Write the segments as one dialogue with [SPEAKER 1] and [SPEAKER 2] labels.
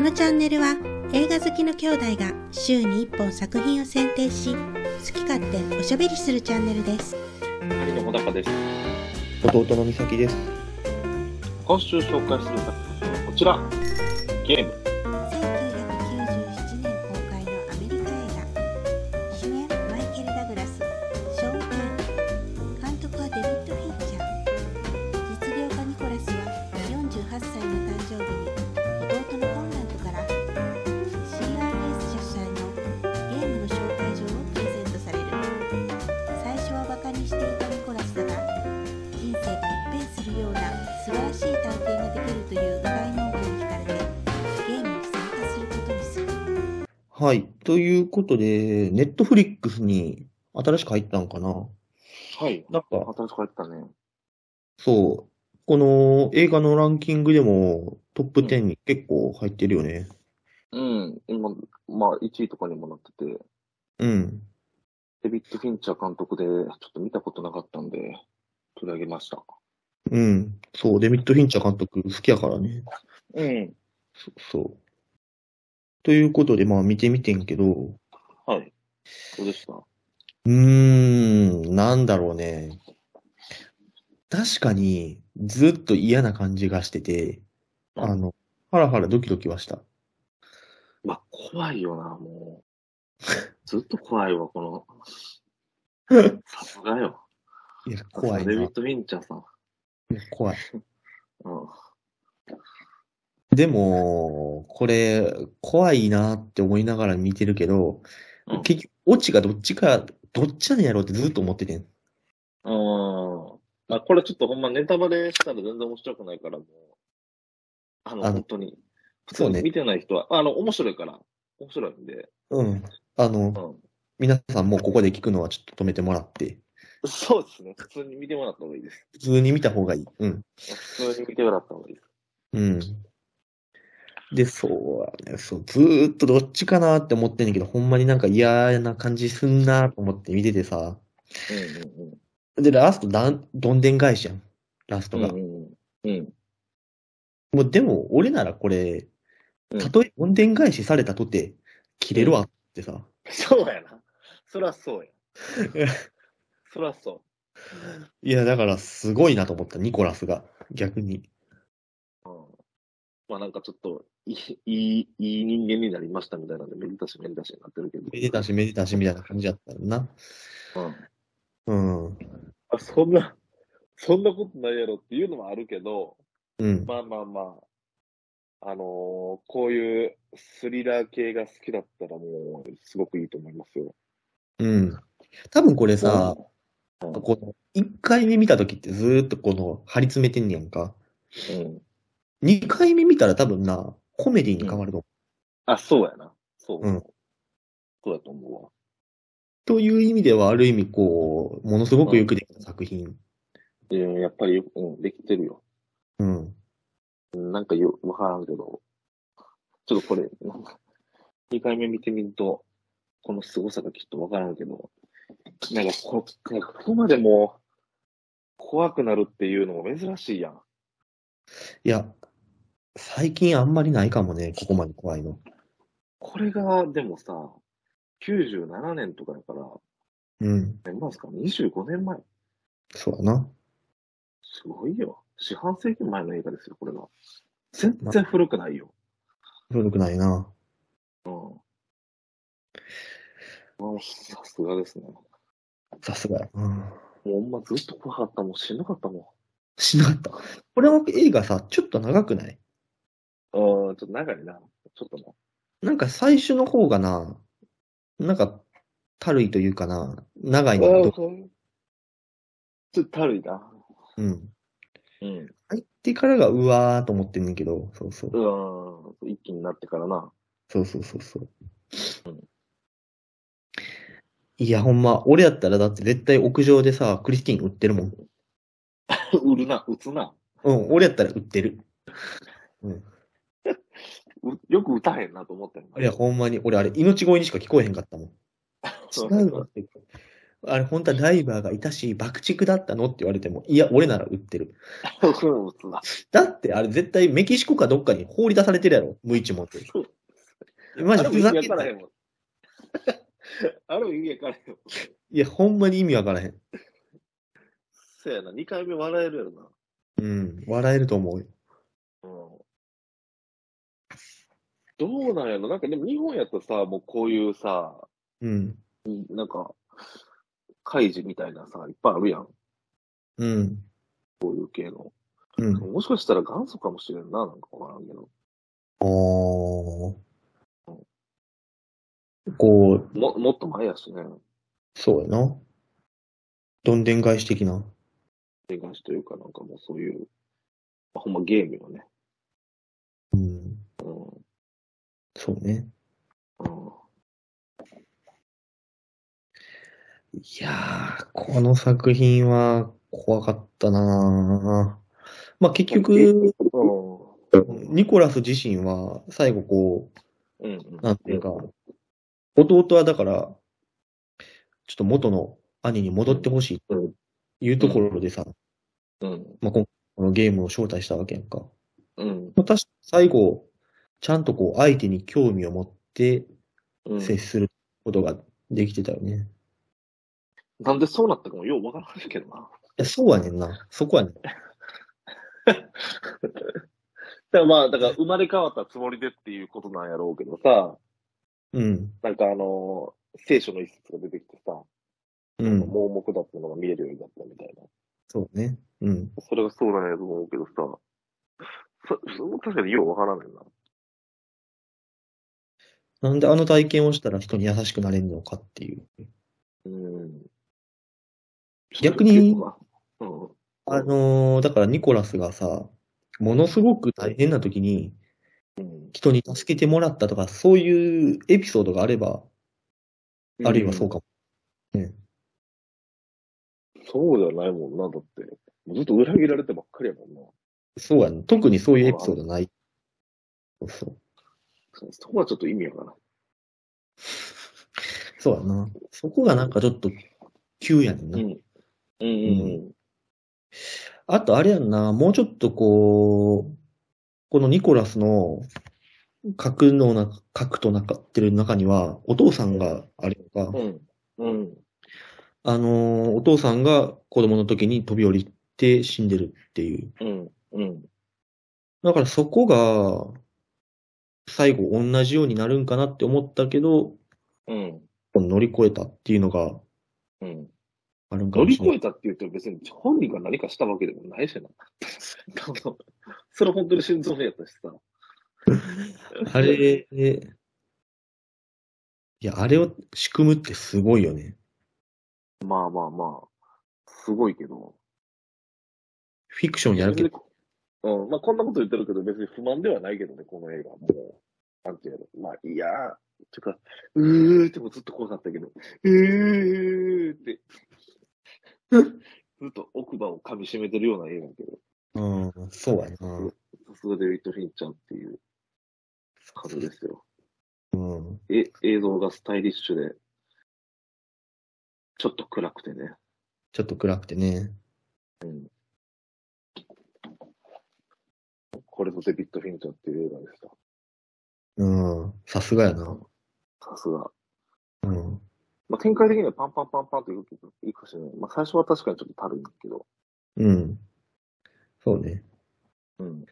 [SPEAKER 1] のチャンネルは映画好きの兄弟が週に1本作品を選定し、好き勝手おしゃべりするチャンネルです。
[SPEAKER 2] 兄の小高です。
[SPEAKER 3] 弟の美咲です。
[SPEAKER 2] 今週紹介する作品はこちら。ゲーム。
[SPEAKER 1] 1997年公開のアメリカ映画主演マイケル・ダグラスショーン・ペン監督はデビッド・フィンチャー実業家ニコラスは48歳の誕生日に弟のコンラントから CRS 主催のゲームの紹介状をプレゼントされる最初はバカにしていたニコラスだが人生が一変するような素晴らしい探偵ができるという大能力に惹かれてゲームに参加することにする。
[SPEAKER 3] はい。ということで、ネットフリックスに新しく入ったのかな
[SPEAKER 2] はい。
[SPEAKER 3] なんか、
[SPEAKER 2] 新しく入ったね。
[SPEAKER 3] そう。この映画のランキングでもトップ10に結構入ってるよね。
[SPEAKER 2] うん。今、まあ、1位とかにもなってて、
[SPEAKER 3] うん。
[SPEAKER 2] デビッド・フィンチャー監督で、ちょっと見たことなかったんで、取り上げました。
[SPEAKER 3] うん。そう。デビッド・フィンチャー監督好きやからね。
[SPEAKER 2] うん。
[SPEAKER 3] そそう。ということで、まあ見てみてんけど、
[SPEAKER 2] はい。どうでした
[SPEAKER 3] うーん、なんだろうね。確かに、ずっと嫌な感じがしてて、あの、ハラハラドキドキはした。
[SPEAKER 2] まあ、怖いよな、も う。ずっと怖いわ、この。さすがよ。
[SPEAKER 3] いや、怖い
[SPEAKER 2] デビ
[SPEAKER 3] な
[SPEAKER 2] ッ。ド・フィンチャーさん。
[SPEAKER 3] いや怖い。
[SPEAKER 2] うん。
[SPEAKER 3] でも、これ、怖いなって思いながら見てるけど
[SPEAKER 2] うん、
[SPEAKER 3] 結局、オチがどっちか、どっちなんやろうってずっと思っててん。
[SPEAKER 2] うん。まあ、これちょっとほんまネタバレしたら全然面白くないから、もう。あの、
[SPEAKER 3] あの
[SPEAKER 2] 本当に。普
[SPEAKER 3] そう
[SPEAKER 2] 通
[SPEAKER 3] ね
[SPEAKER 2] に見てない人は、あの、面白いから。面白いんで。
[SPEAKER 3] うん。あ
[SPEAKER 2] う
[SPEAKER 3] の、
[SPEAKER 2] ん。
[SPEAKER 3] 皆さんもうここで聞くのはちょっと止めてもらって、
[SPEAKER 2] そうですね。普通に見てもらった方がいいです。
[SPEAKER 3] 普通に見た方がいい。うん。
[SPEAKER 2] 普通に見てもらった方がいいです。
[SPEAKER 3] うん。で、そうだね、そう、ずーっとどっちかなって思ってんねんけど、ほんまになんか嫌な感じすんなと思って見ててさ。
[SPEAKER 2] うんうん
[SPEAKER 3] で、ラストだん、どんでん返しやん。ラスト
[SPEAKER 2] うん。
[SPEAKER 3] が
[SPEAKER 2] う。んうんうん。
[SPEAKER 3] もうでも、俺ならこれ、
[SPEAKER 2] うん
[SPEAKER 3] たとえどんでん返しされたとて、切れるわってさ。
[SPEAKER 2] そうやな。そらそうや。そらそ
[SPEAKER 3] いや、だからすごいなと思った、ニコラスが。逆に。
[SPEAKER 2] う。うん。まあなんかちょっと、いい、いいいい人間になりましたみたいなんで、めでたしめでたしになってるけど。
[SPEAKER 3] めでたしめでたしみたいな感じだったよな。
[SPEAKER 2] うん。
[SPEAKER 3] うん。
[SPEAKER 2] あ、そんな、そんなことないやろっていうのもあるけど、
[SPEAKER 3] うん。
[SPEAKER 2] まあまあまあ、あのーこういうスリラー系が好きだったらもう、すごくいいと思いますよ。
[SPEAKER 3] うん。多分これさ、
[SPEAKER 2] うん、
[SPEAKER 3] この、一回目見た時ってずーっとこの、張り詰めてんねやんか。
[SPEAKER 2] うん。
[SPEAKER 3] 二回目見たら多分な、コメディに変わると思う。
[SPEAKER 2] あ、そうやな。そう。
[SPEAKER 3] うん
[SPEAKER 2] そうだと思うわ。
[SPEAKER 3] という意味では、ある意味こう、ものすごくよくできた作品。
[SPEAKER 2] で、やっぱりよ、うん、できてるよ。
[SPEAKER 3] うん。
[SPEAKER 2] うんなんかよ、わからんけど、ちょっとこれ、なんか、2回目見てみると、この凄さがきっとわからんけど、なんかこ、なんかここまでもう、怖くなるっていうのも珍しいやん。
[SPEAKER 3] いや、最近あんまりないかもね、ここまで怖いの。
[SPEAKER 2] これが、でもさ、97年とかだから、
[SPEAKER 3] うん。
[SPEAKER 2] 何年ですか ?25 年前。
[SPEAKER 3] そうだな。
[SPEAKER 2] すごいよ。四半世紀前の映画ですよ、これが。全然古くないよ。
[SPEAKER 3] 古くないな。
[SPEAKER 2] うん。あさすがですね。も
[SPEAKER 3] さすがやな。
[SPEAKER 2] うほんまずっと怖かったもん、しんどかったもん。
[SPEAKER 3] しなかった。これも映画さ、ちょっと長く
[SPEAKER 2] う
[SPEAKER 3] ない
[SPEAKER 2] ん、ちょっと長いな。ちょっとな。
[SPEAKER 3] なんか最初の方がな、なんか、たるいというかな、長い
[SPEAKER 2] あ
[SPEAKER 3] の
[SPEAKER 2] あそうちょっとたるいな。
[SPEAKER 3] うん。
[SPEAKER 2] うん。
[SPEAKER 3] 入ってからがうわーと思ってんねんけど、そうそう。
[SPEAKER 2] うん。一気になってからな。
[SPEAKER 3] そうそうそうそう
[SPEAKER 2] うん。
[SPEAKER 3] いや、ほんま、俺やったらだって絶対屋上でさ、クリスティン売ってるもん。
[SPEAKER 2] 売るな、打つな。
[SPEAKER 3] うん、俺やったら売ってる。
[SPEAKER 2] うよく打たへんなと思ったよ
[SPEAKER 3] いや、ほんまに、俺あれ、命乞いにしか聞こえへんかったもん。
[SPEAKER 2] そう
[SPEAKER 3] 違うわって。あれ、本当はダイバーがいたし、爆竹だったのって言われても、いや、俺なら売ってる。
[SPEAKER 2] そうそうだ
[SPEAKER 3] だって、あれ絶対メキシコかどっかに放り出されてるやろ、無一文って。マジ
[SPEAKER 2] あれも
[SPEAKER 3] ふ
[SPEAKER 2] 意
[SPEAKER 3] ざ
[SPEAKER 2] 味
[SPEAKER 3] け
[SPEAKER 2] わ
[SPEAKER 3] ん
[SPEAKER 2] か
[SPEAKER 3] な
[SPEAKER 2] らへ
[SPEAKER 3] い
[SPEAKER 2] んもん。あれも意味わからへんもん。
[SPEAKER 3] や、ほんまに意味わからへん。
[SPEAKER 2] そやな、2回目笑えるやろな。
[SPEAKER 3] うん、笑えると思うよ。
[SPEAKER 2] うんどうなんやろなんかでも日本やとさ、もうこういうさ、
[SPEAKER 3] うん、
[SPEAKER 2] なんか、開示みたいなさ、いっぱいあるやん、
[SPEAKER 3] うん、
[SPEAKER 2] こういう系の。
[SPEAKER 3] うん。
[SPEAKER 2] もしかしたら元祖かもしれんな、なんかわからんけど。
[SPEAKER 3] おー。こう、
[SPEAKER 2] ももっと前やしね、
[SPEAKER 3] そうやな。どんでん返し的な。
[SPEAKER 2] 手返しというか、なんかもうそういう、まあほんまゲームよね。
[SPEAKER 3] うん、
[SPEAKER 2] うん。
[SPEAKER 3] そうね。
[SPEAKER 2] うん、
[SPEAKER 3] いやー、この作品は怖かったなぁ。まあ、結局、ニコラス自身は最後こ
[SPEAKER 2] うん。
[SPEAKER 3] う、なんていうか、弟はだから、ちょっと元の兄に戻ってほしいというところでさ、
[SPEAKER 2] うん。
[SPEAKER 3] まあ、今回このゲームを招待したわけやんか。
[SPEAKER 2] うん。
[SPEAKER 3] まあ、確か最後、ちゃんとこう相手に興味を持って
[SPEAKER 2] うん。
[SPEAKER 3] 接することができてたよね。
[SPEAKER 2] なんでそうなったかもようわからないけどな。
[SPEAKER 3] いや、そうはねんな。そこはね。
[SPEAKER 2] だからまあ、だから生まれ変わったつもりでっていうことなんやろうけどさ、
[SPEAKER 3] うん。
[SPEAKER 2] なんかあのー聖書の一節が出てきてさ、
[SPEAKER 3] うん。
[SPEAKER 2] 盲目だったのが見えるようになったみたいな。
[SPEAKER 3] そうね。うん。
[SPEAKER 2] それがそうなんやと思うけどさ、そ、その確かにようわからないな。
[SPEAKER 3] なんであの体験をしたら人に優しくなれるのかっていう。
[SPEAKER 2] うん。
[SPEAKER 3] 逆に
[SPEAKER 2] 結構な、うん。
[SPEAKER 3] あのーだからニコラスがさ、ものすごく大変な時に
[SPEAKER 2] うん
[SPEAKER 3] 人に助けてもらったとか、そういうエピソードがあれば、あるいはそうかも。
[SPEAKER 2] そうじゃないもんな、だって。ずっと裏切られてばっかりやもんな。
[SPEAKER 3] そうやね。特にそういうエピソードない。そうそう。
[SPEAKER 2] そそこはちょっと意味わからん。
[SPEAKER 3] そうやな。そこがなんかちょっと急やねんな。
[SPEAKER 2] ん。うんうん
[SPEAKER 3] あとあれやんな、もうちょっとこう、このニコラスの核のな、核となかってる中には、お父さんがあれとか
[SPEAKER 2] う、ん。うん。うん。
[SPEAKER 3] あのーお父さんが子供の時に飛び降りて死んでるっていう。
[SPEAKER 2] うん。うん。
[SPEAKER 3] だからそこが、最後同じようになるんかなって思ったけど、
[SPEAKER 2] うん。
[SPEAKER 3] 乗り越えたっていうのが
[SPEAKER 2] うん。
[SPEAKER 3] あるんか
[SPEAKER 2] 乗
[SPEAKER 3] も
[SPEAKER 2] り
[SPEAKER 3] しれ
[SPEAKER 2] 越
[SPEAKER 3] ない。
[SPEAKER 2] えたって言っても別に本人が何かしたわけでもないし な。それ本当に心臓病やったしさ。
[SPEAKER 3] あれ、いや、あれを仕組むってすごいよね。
[SPEAKER 2] まあまあまあ、すごいけど。
[SPEAKER 3] フィクションやるけど、
[SPEAKER 2] うん。まあこんなこと言ってるけど別に不満ではないけどね、この映画。もう、なんていうの。まあ、いやー。てか、うーってもずっと怖かったけど、うーって、 ずっと奥歯を噛み締めてるような映画だけど、
[SPEAKER 3] うん、そうやな。
[SPEAKER 2] さすがデビッド・フィンチャーっていう風ですよ。
[SPEAKER 3] うん。
[SPEAKER 2] え、映像がスタイリッシュで、ちょっと暗くてね。
[SPEAKER 3] ちょっと暗くてね。
[SPEAKER 2] これぞデビッド・フィンチャーっていう映画でし
[SPEAKER 3] うん。さすがやな。
[SPEAKER 2] た。さすが。
[SPEAKER 3] うん。
[SPEAKER 2] まあ、展開的にはパンパンパンパンといくいくしね。まあ、最初は確かにちょっとたるいんだけど。
[SPEAKER 3] うん。そうね。
[SPEAKER 2] うん。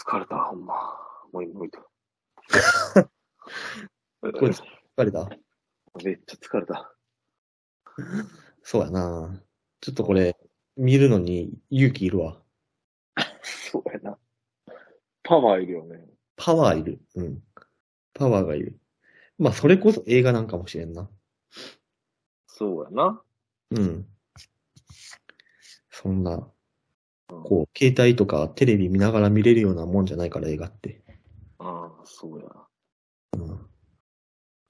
[SPEAKER 2] 疲れた、ほんま。もう今向 いた。
[SPEAKER 3] これ疲れた
[SPEAKER 2] めっちゃ疲れた。
[SPEAKER 3] そうやな。ちょっとこれ、見るのに勇気いるわ。
[SPEAKER 2] そうやな。パワーいるよね。
[SPEAKER 3] パワーいる。うん。パワーがいる。まあ、それこそ映画なんかもしれんな。
[SPEAKER 2] そうやな。
[SPEAKER 3] うん。そんな、
[SPEAKER 2] うん
[SPEAKER 3] こう、携帯とかテレビ見ながら見れるようなもんじゃないから、映画って。
[SPEAKER 2] ああ、そうや。
[SPEAKER 3] うん。
[SPEAKER 2] こ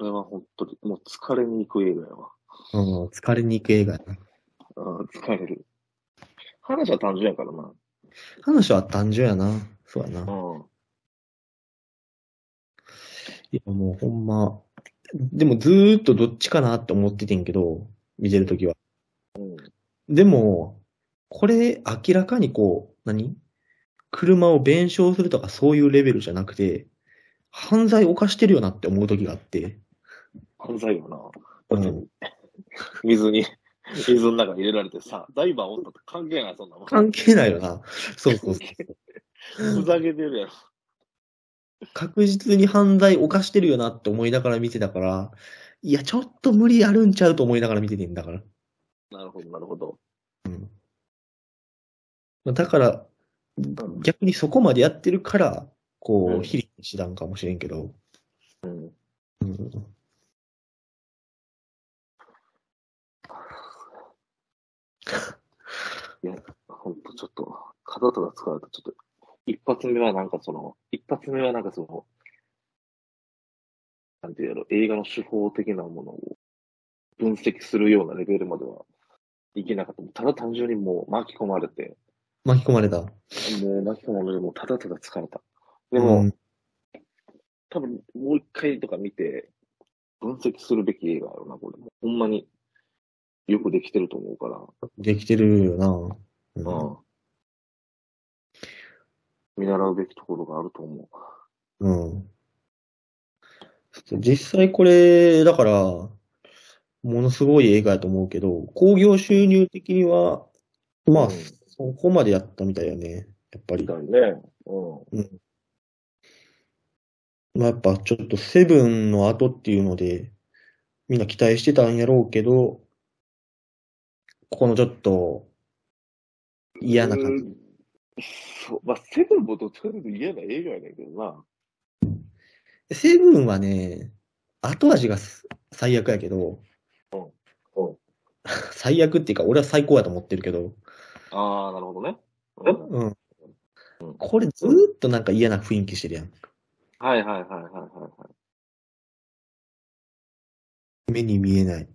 [SPEAKER 2] れは本当に、もう疲れに行く映画やわ。
[SPEAKER 3] うん、疲れに行く映画やな。
[SPEAKER 2] ああ、疲れる。話は単純やからな。
[SPEAKER 3] 話は単純やな。そうやな。
[SPEAKER 2] うん。
[SPEAKER 3] いや、もうほんま、でもずーっとどっちかなって思っててんけど、見てるときは。でも、これ明らかにこう、何車を弁償するとかそういうレベルじゃなくて、犯罪犯してるよなって思うときがあって。
[SPEAKER 2] 犯罪よな。
[SPEAKER 3] うん。
[SPEAKER 2] 水に、 水の中に入れられてさ、ダイバーおったって関係ない、そんなもん。
[SPEAKER 3] 関係ないよな。そう そうそう。
[SPEAKER 2] ふざけてるやろ。
[SPEAKER 3] 確実に犯罪犯してるよなって思いながら見てたから、いや、ちょっと無理あるんちゃうと思いながら見ててんだから。
[SPEAKER 2] なるほど、なるほど。
[SPEAKER 3] うんまあだから、逆にそこまでやってるから、こ
[SPEAKER 2] うん
[SPEAKER 3] う、ヒリヒリしてたんかもしれんけど。
[SPEAKER 2] うん。
[SPEAKER 3] うん
[SPEAKER 2] ほんと、ちょっと、肩とか疲れた、ちょっと、一発目はなんかその、一発目はなんかその、なんていうやろ、映画の手法的なものを分析するようなレベルまではいけなかった。ただ単純にもう巻き込まれて、
[SPEAKER 3] 巻き込まれた。
[SPEAKER 2] もう巻き込まれて、もうただただ疲れた。でも、
[SPEAKER 3] うん
[SPEAKER 2] 多分もう一回とか見て、分析するべき映画やろな、これも。ほんまによくできてると思うから。
[SPEAKER 3] できてるよな。うん
[SPEAKER 2] 見習うべきところがあると思
[SPEAKER 3] うん。実際これ、だから、ものすごい映画やと思うけど、興行収入的には、ま
[SPEAKER 2] うん
[SPEAKER 3] あ、そこまでやったみたいやね。やっぱ
[SPEAKER 2] う。
[SPEAKER 3] り。
[SPEAKER 2] いね。うん。
[SPEAKER 3] まあやっぱちょっとセブンの後っていうので、みんな期待してたんやろうけど、ここのちょっと嫌な感じ。
[SPEAKER 2] じ。そう。まあ、セブンもどっちかというと嫌な映画やねんけどな。
[SPEAKER 3] セブンはね、後味がす最悪やけど
[SPEAKER 2] うんうん、
[SPEAKER 3] 最悪っていうか俺は最高やと思ってるけど、
[SPEAKER 2] ああ、なるほどね。うん
[SPEAKER 3] うん
[SPEAKER 2] うん。
[SPEAKER 3] これずーっとなんか嫌な雰囲気してるやん。
[SPEAKER 2] はいはいはいはいはいはい。
[SPEAKER 3] 目に見えない。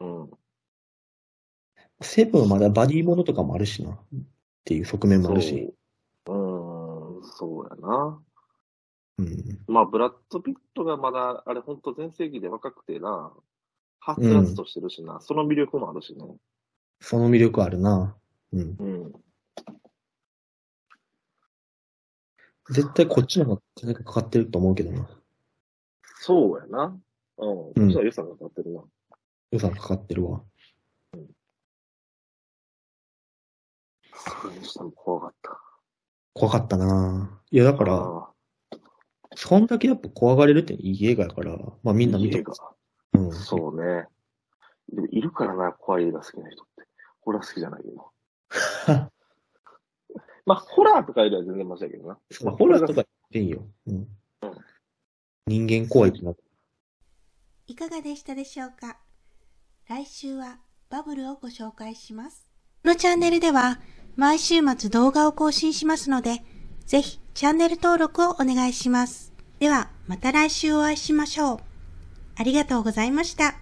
[SPEAKER 2] うん。
[SPEAKER 3] セブンはまだバディものとかもあるしな。っていう側面もあるし。
[SPEAKER 2] そう。うん、そうやな。
[SPEAKER 3] うん。
[SPEAKER 2] まあ、ブラッド・ピットがまだ、あれ、本当全盛期で若くてな、はつらつとしてるしな、その魅力もあるしね。
[SPEAKER 3] その魅力あるな。うん。
[SPEAKER 2] うん。
[SPEAKER 3] 絶対こっちの方が金がかかってると思うけどな。
[SPEAKER 2] そうやな。うん。こっちは良さが当たってるな。
[SPEAKER 3] 予算かかってるわ。
[SPEAKER 2] それにしても怖かった。
[SPEAKER 3] 怖かったないや、だ
[SPEAKER 2] だ
[SPEAKER 3] から、そんだけやっぱ怖がれるっていい映画やから、まあみんな見て
[SPEAKER 2] るか。
[SPEAKER 3] うん。
[SPEAKER 2] そうね。でも、いるからな、怖い映画好きな人って。ホラー好きじゃないけ ど。まあ、ホラーとかよりは全然マシだけどな。
[SPEAKER 3] そうホラーとかでいいよ。うん。人間怖いってなって。
[SPEAKER 1] いかがでしたでしょうか来週はバブルをご紹介します。このチャンネルでは毎週末動画を更新しますので、ぜひチャンネル登録をお願いします。ではまた来週お会いしましょう。ありがとうございました。